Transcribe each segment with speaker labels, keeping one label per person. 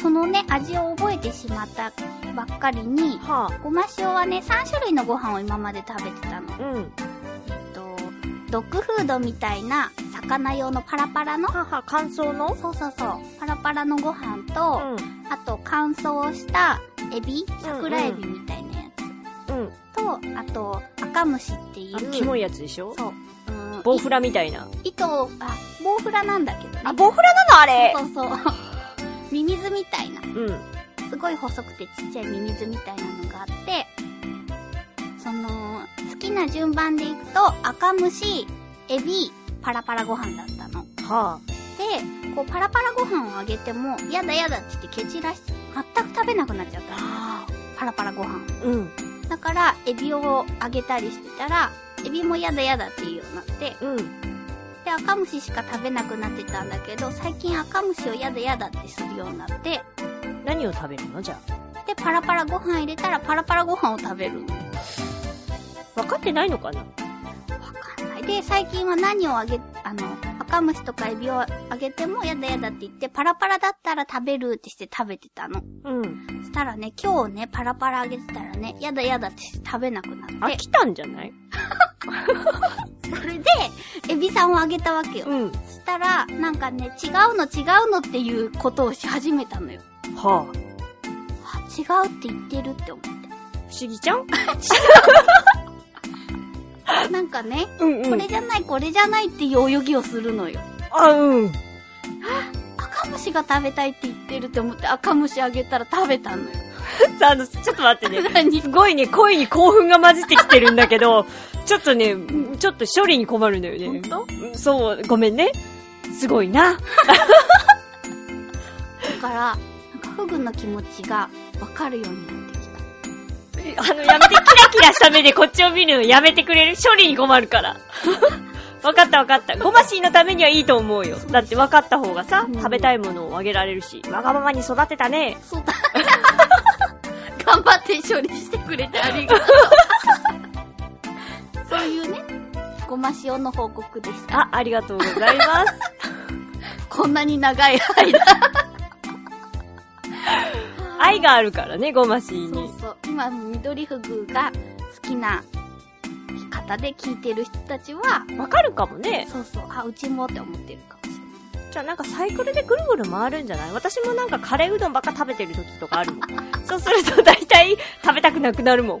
Speaker 1: そのね、味を覚えてしまったばっかりに、
Speaker 2: は
Speaker 1: ごま塩はね、3種類のご飯を今まで食べてたの。
Speaker 2: あ。うん。
Speaker 1: えっと、ドッグフードみたいな魚用のパラパラの
Speaker 2: はは、乾燥の
Speaker 1: そうそうそう。パラパラのご飯
Speaker 2: う
Speaker 1: と、
Speaker 2: ん。
Speaker 1: あと乾燥したエビ桜エビみたいなや
Speaker 2: うん。
Speaker 1: つと、あと赤虫ってい
Speaker 2: あ
Speaker 1: う。
Speaker 2: の、キモいやつでしょ
Speaker 1: そう。うん。
Speaker 2: ボウフラみたいな。
Speaker 1: い糸を、あ、棒フラなんだけどね。
Speaker 2: ボウフラなのあれ
Speaker 1: そうそう。ミミズみたいな。
Speaker 2: うん。
Speaker 1: すごい細くてちっちゃいミミズみたいなのがあって、その、好きな順番でいくと、赤虫、エビ、パラパラご飯だったの。
Speaker 2: は
Speaker 1: で、こうパラパラご飯をあげても、やだやだって言って蹴散らして、全く食べなくなっちゃったの。
Speaker 2: あ。
Speaker 1: パラパラご飯。
Speaker 2: うん。
Speaker 1: だから、エビをあげたりしてたら、エビもやだやだって言うようになって、
Speaker 2: うん。
Speaker 1: で、赤虫しか食べなくなってたんだけど、最近赤虫をやだやだってするようになって、
Speaker 2: 何を食べるのじゃ
Speaker 1: で、パラパラご飯入れたら、パラパラご飯を食べるの。
Speaker 2: あ。分かってないのかな
Speaker 1: わかんない。で、最近は何をあげ、あの、カムシとかエビをあげてもやだやだって言って、パラパラだったら食べるってして食べてたの。
Speaker 2: うん。
Speaker 1: そしたらね、今日ね、パラパラあげてたらね、やだやだってして食べなくなっ
Speaker 2: 飽
Speaker 1: て、
Speaker 2: きたんじゃない
Speaker 1: それで、エビさんをあげたわけよ。
Speaker 2: うん。
Speaker 1: そしたら、なんかね、違うの違うのっていうことをし始めたのよ。
Speaker 2: はあ。
Speaker 1: あ違うって言ってるって思っ
Speaker 2: 不思議ちゃん
Speaker 1: た。なんかね、
Speaker 2: うんう
Speaker 1: これじゃないこれじゃないっていう泳ぎをするのよ。
Speaker 2: あ、うん。
Speaker 1: 赤虫が食べたいって言ってるって思って赤虫あげたら食べたのよ。
Speaker 2: さあの、ちょっと待ってね。
Speaker 1: 何
Speaker 2: すごいね、恋に興奮が混じってきてるんだけど、ちょっとね、ちょっと処理に困るんだよね
Speaker 1: 本。当
Speaker 2: うんそう、ごめんね。すごいな。
Speaker 1: だから、なんかフグの気持ちがわかるようになってきた。
Speaker 2: あの、やめて、キラキラした目でこっちを見るのやめてくれる処理に困 るから。わかったわかった。ごましーのためにはいいと思うよ。だってわかった方がさ
Speaker 1: う、ん
Speaker 2: 食べたいものをあげられるし、わがままに育てたね。
Speaker 1: そうだ。頑張って処理してくれてありがとう。そういうね、ごま塩の報告でした。
Speaker 2: あ、ありがとうござ います。
Speaker 1: こんなに長い間。
Speaker 2: 愛があるからね、ごましー
Speaker 1: そう
Speaker 2: に。
Speaker 1: そう。今、緑フグが好きな方で聞いてる人たちは、
Speaker 2: わかるかもね。
Speaker 1: そうそう、あ、うちもって思ってるかもしれない。
Speaker 2: じゃあなんかサイクルでぐるぐる回るんじゃない私もなんかカレーうどんばっか食べてる時とかあるもん。そうすると大体食べたくなくなるもん。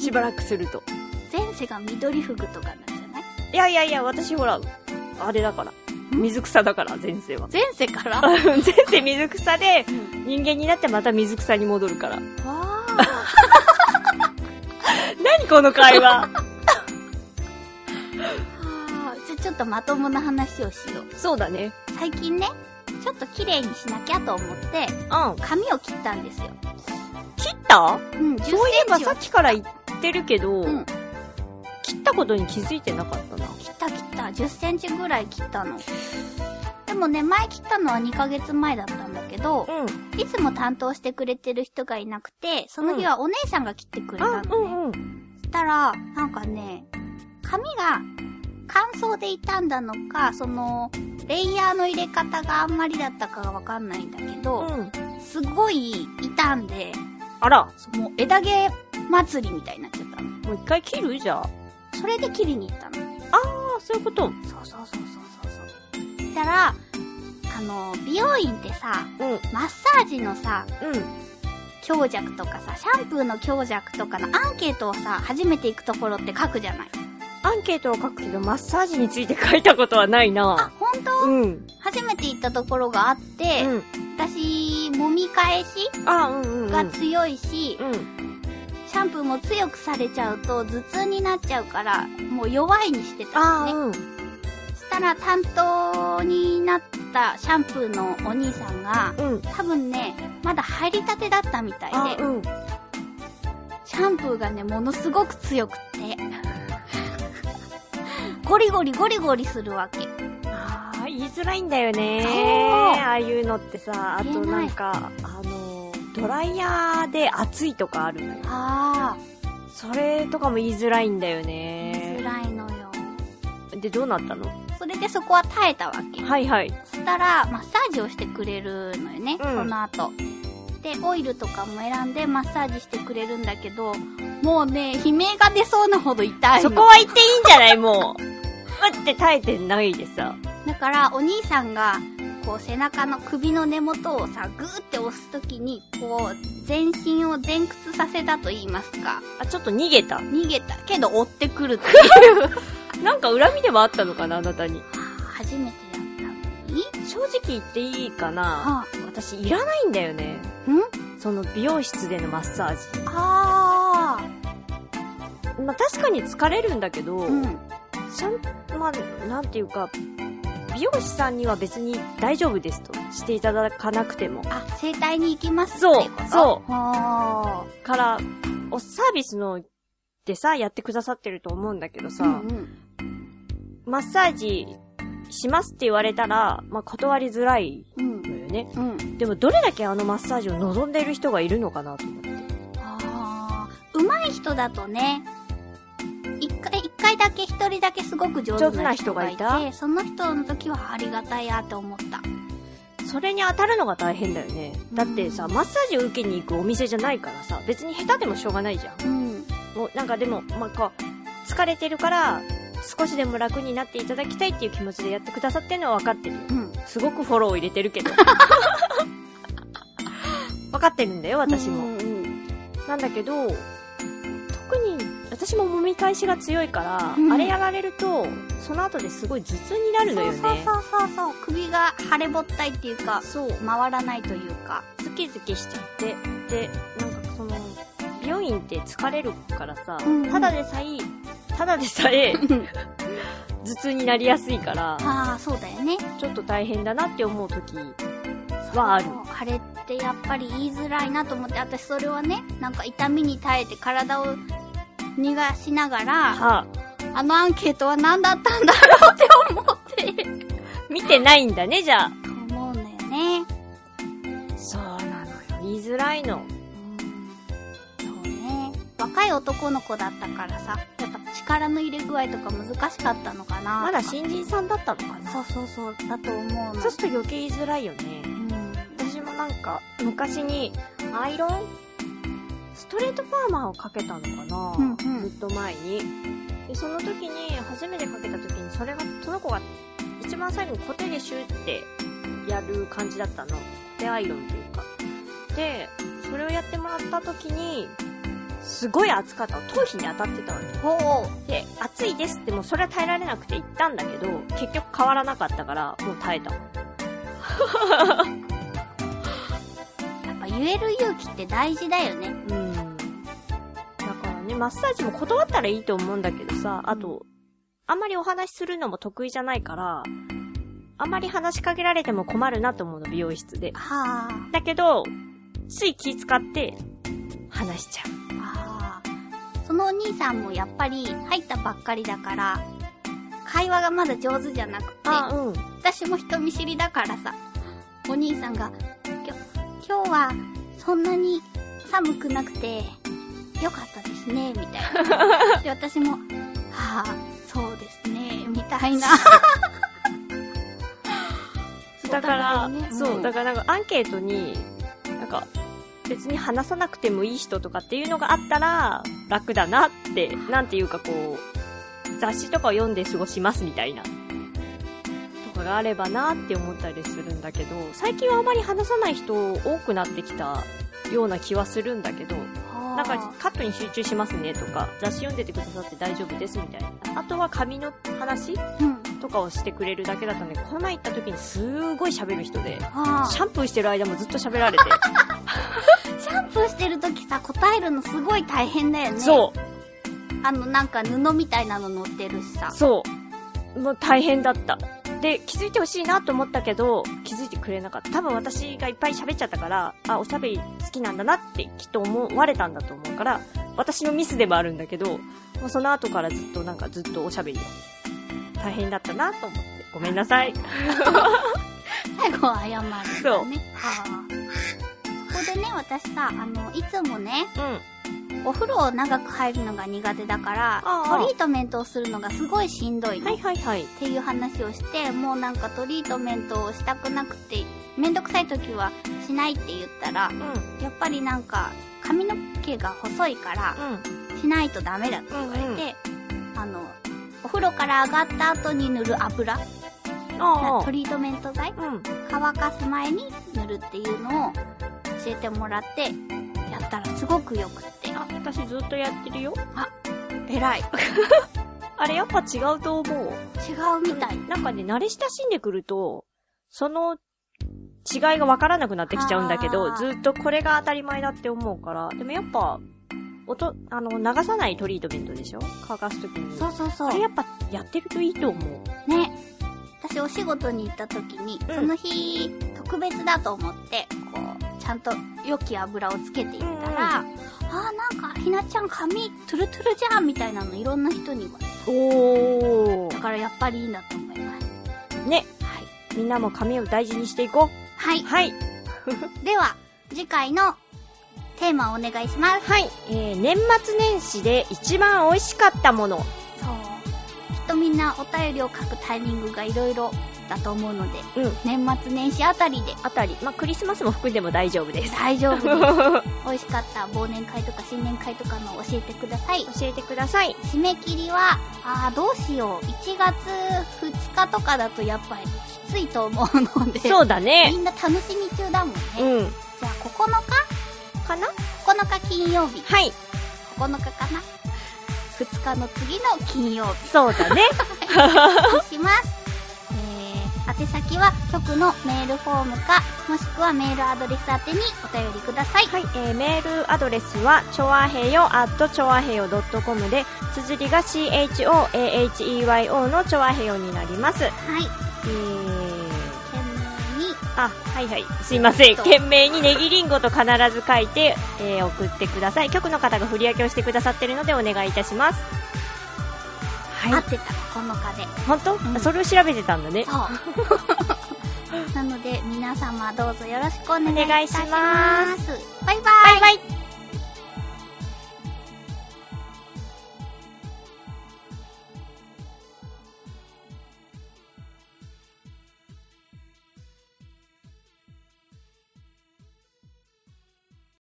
Speaker 2: しばらくすると。
Speaker 1: 前世が緑フグとかなんじゃない
Speaker 2: いやいやいや、私ほら、あれだから。水草だから、前世は。
Speaker 1: 前世から
Speaker 2: あ
Speaker 1: わ
Speaker 2: 前世水草で、人間になってまた水草に戻るから。
Speaker 1: あ。
Speaker 2: 何この会話
Speaker 1: あーじゃあちょっとまともな話をしよう。
Speaker 2: そうだね。
Speaker 1: 最近ね、ちょっと綺麗にしなきゃと思って、
Speaker 2: うん。
Speaker 1: 髪を切ったんですよ。
Speaker 2: 切った
Speaker 1: うん、10センチ
Speaker 2: そういえば
Speaker 1: を
Speaker 2: さっきから言ってるけど、
Speaker 1: うん、切
Speaker 2: 切ったことに気づいてなかったな。
Speaker 1: った切った。10センチぐらい切ったの。でもね、前切ったのは2ヶ月前だったんだけど、
Speaker 2: うん。
Speaker 1: いつも担当してくれてる人がいなくて、その日はお姉さんが切ってくれたの
Speaker 2: あ、
Speaker 1: ね。
Speaker 2: うんうん。
Speaker 1: したら、なんかね、髪が乾燥で傷んだのか、その、レイヤーの入れ方があんまりだったかがわかんないんだけど、
Speaker 2: うん。
Speaker 1: すごい傷んで、
Speaker 2: あら、
Speaker 1: その枝毛祭りみたいになっちゃったの。
Speaker 2: もう一回切るじゃあ。
Speaker 1: それで切りに行ったの。
Speaker 2: あ、そういうこと。
Speaker 1: そうそうそうそうそうそう。したら、あの、美容院ってさ、
Speaker 2: うん、うん。
Speaker 1: マッサージのさ、強弱とかさ、シャンプーの強弱とかのアンケートをさ、初めて行くところって書くじゃない。
Speaker 2: アンケートを書くけど、マッサージについて書いたことはない
Speaker 1: あ。、
Speaker 2: な
Speaker 1: ほんと
Speaker 2: うん。
Speaker 1: 初めて行ったところがあって、
Speaker 2: うん。
Speaker 1: 私、揉み返し
Speaker 2: あ、うんうん、うん。
Speaker 1: が強いし、
Speaker 2: うん。
Speaker 1: シャンプーも強くされちゃうと頭痛になっちゃうから、もう弱いにしてた
Speaker 2: あ
Speaker 1: んね。
Speaker 2: ー、うん。
Speaker 1: そしたら担当になったシャンプーのお兄さんが、
Speaker 2: うん。
Speaker 1: 多分ね、まだ入りたてだったみた
Speaker 2: あ
Speaker 1: い
Speaker 2: ー、
Speaker 1: で、
Speaker 2: うん。
Speaker 1: シャンプーがね、ものすごく強くって。 ゴリゴリゴリゴリするわけ。
Speaker 2: あー、言いづらいんだよね。
Speaker 1: そう
Speaker 2: ああいうのってさ、あ
Speaker 1: 言
Speaker 2: と
Speaker 1: え
Speaker 2: な
Speaker 1: ない
Speaker 2: んか、あの、ドライヤーで熱いとかあるのよ。
Speaker 1: あ
Speaker 2: それとかも言いづらいんだよ
Speaker 1: ー、見づ
Speaker 2: ね。
Speaker 1: らいのよ。
Speaker 2: で、どうなったの
Speaker 1: それでそこは耐えたわけ。
Speaker 2: はいはい。
Speaker 1: そしたら、マッサージをしてくれるのよね、
Speaker 2: う
Speaker 1: そ
Speaker 2: ん
Speaker 1: の後。で、オイルとかも選んでマッサージしてくれるんだけど、もうね、悲鳴が出そうなほど痛いの。
Speaker 2: そこは言っていいんじゃないもう。待って、耐えてないでさ。
Speaker 1: だから、お兄さんが、こう、背中の首の根元をさ、ぐーって押すときに、こう、全身を前屈させたと言いますか、
Speaker 2: あ、ちょっと逃げた。
Speaker 1: 逃げたけど追ってくるって
Speaker 2: なんか恨みでもあったのかな、あなたに。
Speaker 1: 初めてやったのに
Speaker 2: 正直言っていいか
Speaker 1: あ
Speaker 2: な、私、いらないんだよね。
Speaker 1: ん
Speaker 2: その美容室でのマッサー
Speaker 1: あ
Speaker 2: ジ。まあ、確かに疲れるんだけど、
Speaker 1: ーうん。
Speaker 2: ちゃん、まあ、なんていうか、美容師さんには別に大丈夫ですとしていただかなくても。
Speaker 1: あ、整体に行きますって
Speaker 2: そう
Speaker 1: こと。
Speaker 2: そう
Speaker 1: あ
Speaker 2: から、おサービスの、でさ、やってくださってると思うんだけど
Speaker 1: ー
Speaker 2: さ、
Speaker 1: うんうん。
Speaker 2: マッサージしますって言われたら、まあ、断りづらい
Speaker 1: うん
Speaker 2: の。よね。
Speaker 1: うん。
Speaker 2: でも、どれだけあのマッサージを望んでいる人がいるのかなと思って。
Speaker 1: ああ、上手い人だとね、一回、一回回だけ、一人だけすごく上手な人がいて、
Speaker 2: 上手な人が
Speaker 1: その人の時はありがたいやって思った。
Speaker 2: それに当たるのが大変だよね。だってさ、マッサージ受けに行くお店じゃないからさ、別に下手でもしょうがないじゃ
Speaker 1: う
Speaker 2: ん。
Speaker 1: ん。
Speaker 2: もうなんかでも、まあ、こう、疲れてるから、少しでも楽になっていただきたいっていう気持ちでやってくださってるのは分かってるよ。
Speaker 1: うん。
Speaker 2: すごくフォロー入れてるけど。 分かってるんだよ、私も。
Speaker 1: うんうん
Speaker 2: なんだけど、特に、私も揉み返しが強いから、
Speaker 1: うん
Speaker 2: あれやられると、その後ですごい頭痛にな
Speaker 1: う
Speaker 2: る
Speaker 1: ん。
Speaker 2: の
Speaker 1: そ
Speaker 2: よ
Speaker 1: う
Speaker 2: ね。
Speaker 1: そうそうそうそう。首が腫れぼったいっていうか、
Speaker 2: そう。
Speaker 1: 回らないというか。
Speaker 2: ズキズキしちゃってでなんかその美容院って疲れるからさ、
Speaker 1: うんうん
Speaker 2: ただでさえただでさえ頭痛になりやすいから
Speaker 1: ああ、そうだよね。
Speaker 2: ちょっと大変だなって思う時はある
Speaker 1: あれってやっぱり言いづらいなと思って、私それはね、なんか痛みに耐えて体を逃がしながら、
Speaker 2: はあ
Speaker 1: あのアンケートは何だったんだろうって思っている。
Speaker 2: 見てないんだねじゃあ
Speaker 1: と思うんだよね。
Speaker 2: そうなのよ言いづらいの
Speaker 1: そうね。若い男の子だったからさ、やっぱ力の入れ具合とか難しかったのかな。
Speaker 2: まだ新人さんだったのかな
Speaker 1: そうそうそう、だと思うの。
Speaker 2: そうすると余計言いづらいよね
Speaker 1: うん。
Speaker 2: 私もなんか昔にアイロンストレートパーマをかけたのかな、
Speaker 1: うんうん
Speaker 2: ずっと前にでその時に初めてかけた時にそれがその子が一番最後にコテでシューってやる感じだったのコテアイロンっていうかでそれをやってもらった時にすごい暑かった頭皮に当たってたわけ
Speaker 1: ほう。
Speaker 2: で暑いですってもうそれは耐えられなくて言ったんだけど結局変わらなかったからもう耐えた
Speaker 1: やっぱ言える勇気って大事だよね。
Speaker 2: うん。だからね、マッサージも断ったらいいと思うんだけどさ、あと、あんまりお話しするのも得意じゃないから、あんまり話しかけられても困るなと思うの、美容室で。
Speaker 1: はあ。
Speaker 2: だけど、つい気使って、話しちゃう。
Speaker 1: ああ。そのお兄さんもやっぱり入ったばっかりだから、会話がまだ上手じゃなくて、
Speaker 2: あ、うん。
Speaker 1: 私も人見知りだからさ、お兄さんが、きょ今日はそんなに寒くなくて、よかったですね、みたい な。で、私も、はあ、そうですね、みたいな。
Speaker 2: だか
Speaker 1: お
Speaker 2: ら、
Speaker 1: 互いね
Speaker 2: そう、だ
Speaker 1: ん
Speaker 2: からなんかアンケートに、なんか、別に話さなくてもいい人とかっていうのがあったら、楽だなって、なんていうかこう、雑誌とかを読んで過ごしますみたいな、とかがあればなって思ったりするんだけど、最近はあまり話さない人多くなってきたような気はするんだけど、なんかカットに集中しますねとか、雑誌読んでてくださって大丈夫ですみたいな。あとは髪の話
Speaker 1: うん、
Speaker 2: とかをしてくれるだけだったんで、こない行った時にすごい喋る人で、
Speaker 1: あー
Speaker 2: シャンプーしてる間もずっと喋られて。
Speaker 1: シャンプーしてるときさ、答えるのすごい大変だよね。う。
Speaker 2: そう、
Speaker 1: あの、なんか布みたいなの乗ってるしさ。
Speaker 2: そう。もう大変だった。で、気づいてほしいなと思ったけど、気づいてくれなかった。多分私がいっぱい喋っちゃったから、あ、おしゃべり好きなんだなってきっと思われたんだと思うから、私のミスでもあるんだけど、もうその後からずっとなんかずっとおしゃべりを大変だったなと思って。ごめんなさい。
Speaker 1: 最後は謝るんだね。
Speaker 2: そう
Speaker 1: あーそこでね、私さ、あの、いつもね、
Speaker 2: うん。
Speaker 1: お風呂を長く入るのが苦手だから
Speaker 2: あ、あ
Speaker 1: トリートメントをするのがすごいしんどいの。
Speaker 2: はい
Speaker 1: っ
Speaker 2: はいはい。
Speaker 1: ていう話をして、もうなんかトリートメントをしたくなくて、めんどくさい時はしないって言ったら
Speaker 2: う、ん。
Speaker 1: やっぱりなんか髪の毛が細いから、
Speaker 2: うん。
Speaker 1: しないとダメだって言われて、あの、お風呂から上がった後に塗る油、
Speaker 2: あ
Speaker 1: トリートメント剤
Speaker 2: あ。うん。
Speaker 1: 乾かす前に塗るっていうのを教えてもらって、やったらすごくよくって。
Speaker 2: あ、私ずっとやってるよ。
Speaker 1: 偉い。違
Speaker 2: あれやっぱ違うと思う。
Speaker 1: うみたい。
Speaker 2: なんかね、慣れ親しんでくると、その違いがわからなくなってきちゃうんだけ
Speaker 1: あ
Speaker 2: ど、
Speaker 1: ー
Speaker 2: ずっとこれが当たり前だって思うから、でもやっぱ、音、あの、流さないトリートメントでしょ乾かすときに。
Speaker 1: そうそうそ
Speaker 2: あれ
Speaker 1: う。
Speaker 2: やっぱやってるといいと思う。
Speaker 1: ね。私お仕事に行った時に、
Speaker 2: うん
Speaker 1: その日、特別だと思って、こう、ちゃんと良き油をつけていったら、あーなんか、ひなちゃん髪、トゥルトゥルじゃんみたいなのいろんな人に言われた。
Speaker 2: お
Speaker 1: だからやっぱりいいんだと思います。
Speaker 2: ね、
Speaker 1: はい。
Speaker 2: みんなも髪を大事にしていこ
Speaker 1: は
Speaker 2: う。
Speaker 1: い。
Speaker 2: はい。
Speaker 1: では、次回のテーマをお願いします。
Speaker 2: はい。えー、年末年始で一番美味しかったもの。
Speaker 1: そう。みんなお便りを書くタイミングがいろいろだと思うので、
Speaker 2: うん
Speaker 1: 年末年始あたりで
Speaker 2: あたり、まあ、クリスマスも含んでも大丈夫です。
Speaker 1: 大丈夫です。
Speaker 2: 教
Speaker 1: 美味しかった忘年会とか新年会とかの教えてください。
Speaker 2: えてください。
Speaker 1: 締め切りは、あーどうしよう。1月2日とかだとやっぱりきついと思うので、
Speaker 2: そうだ
Speaker 1: み
Speaker 2: ね。
Speaker 1: んな楽しみ中だもんね。
Speaker 2: う
Speaker 1: じ
Speaker 2: ん。
Speaker 1: ゃあ9日
Speaker 2: かな
Speaker 1: ?9 日金曜日。
Speaker 2: はい。
Speaker 1: 9日かな ?2 日の次の金曜日。
Speaker 2: そうだ ね。
Speaker 1: します。えー、宛先は局のメールフォームか、もしくはメールアドレス宛てにお便りください。
Speaker 2: はい、えー、メールアドレスは、ちょわへよ at ちょわへよ .com で、綴りが CHOAHEYO のちょわへよになります。え
Speaker 1: はい。
Speaker 2: ー、
Speaker 1: 懸命に、
Speaker 2: あ、はいはい。すいません。
Speaker 1: と
Speaker 2: 懸命にネギリンゴと必ず書いて、えー、送ってください。局の方が振り分けをしてくださってるのでお願いいたします。
Speaker 1: 合
Speaker 2: は
Speaker 1: ってた9日で。
Speaker 2: い。本当、
Speaker 1: ん
Speaker 2: それを調べてたんだね。
Speaker 1: そう。 なので、皆様どうぞよろしくお願いいたし
Speaker 2: お願
Speaker 1: ま。
Speaker 2: いします
Speaker 1: バイバイ。
Speaker 2: バイバイ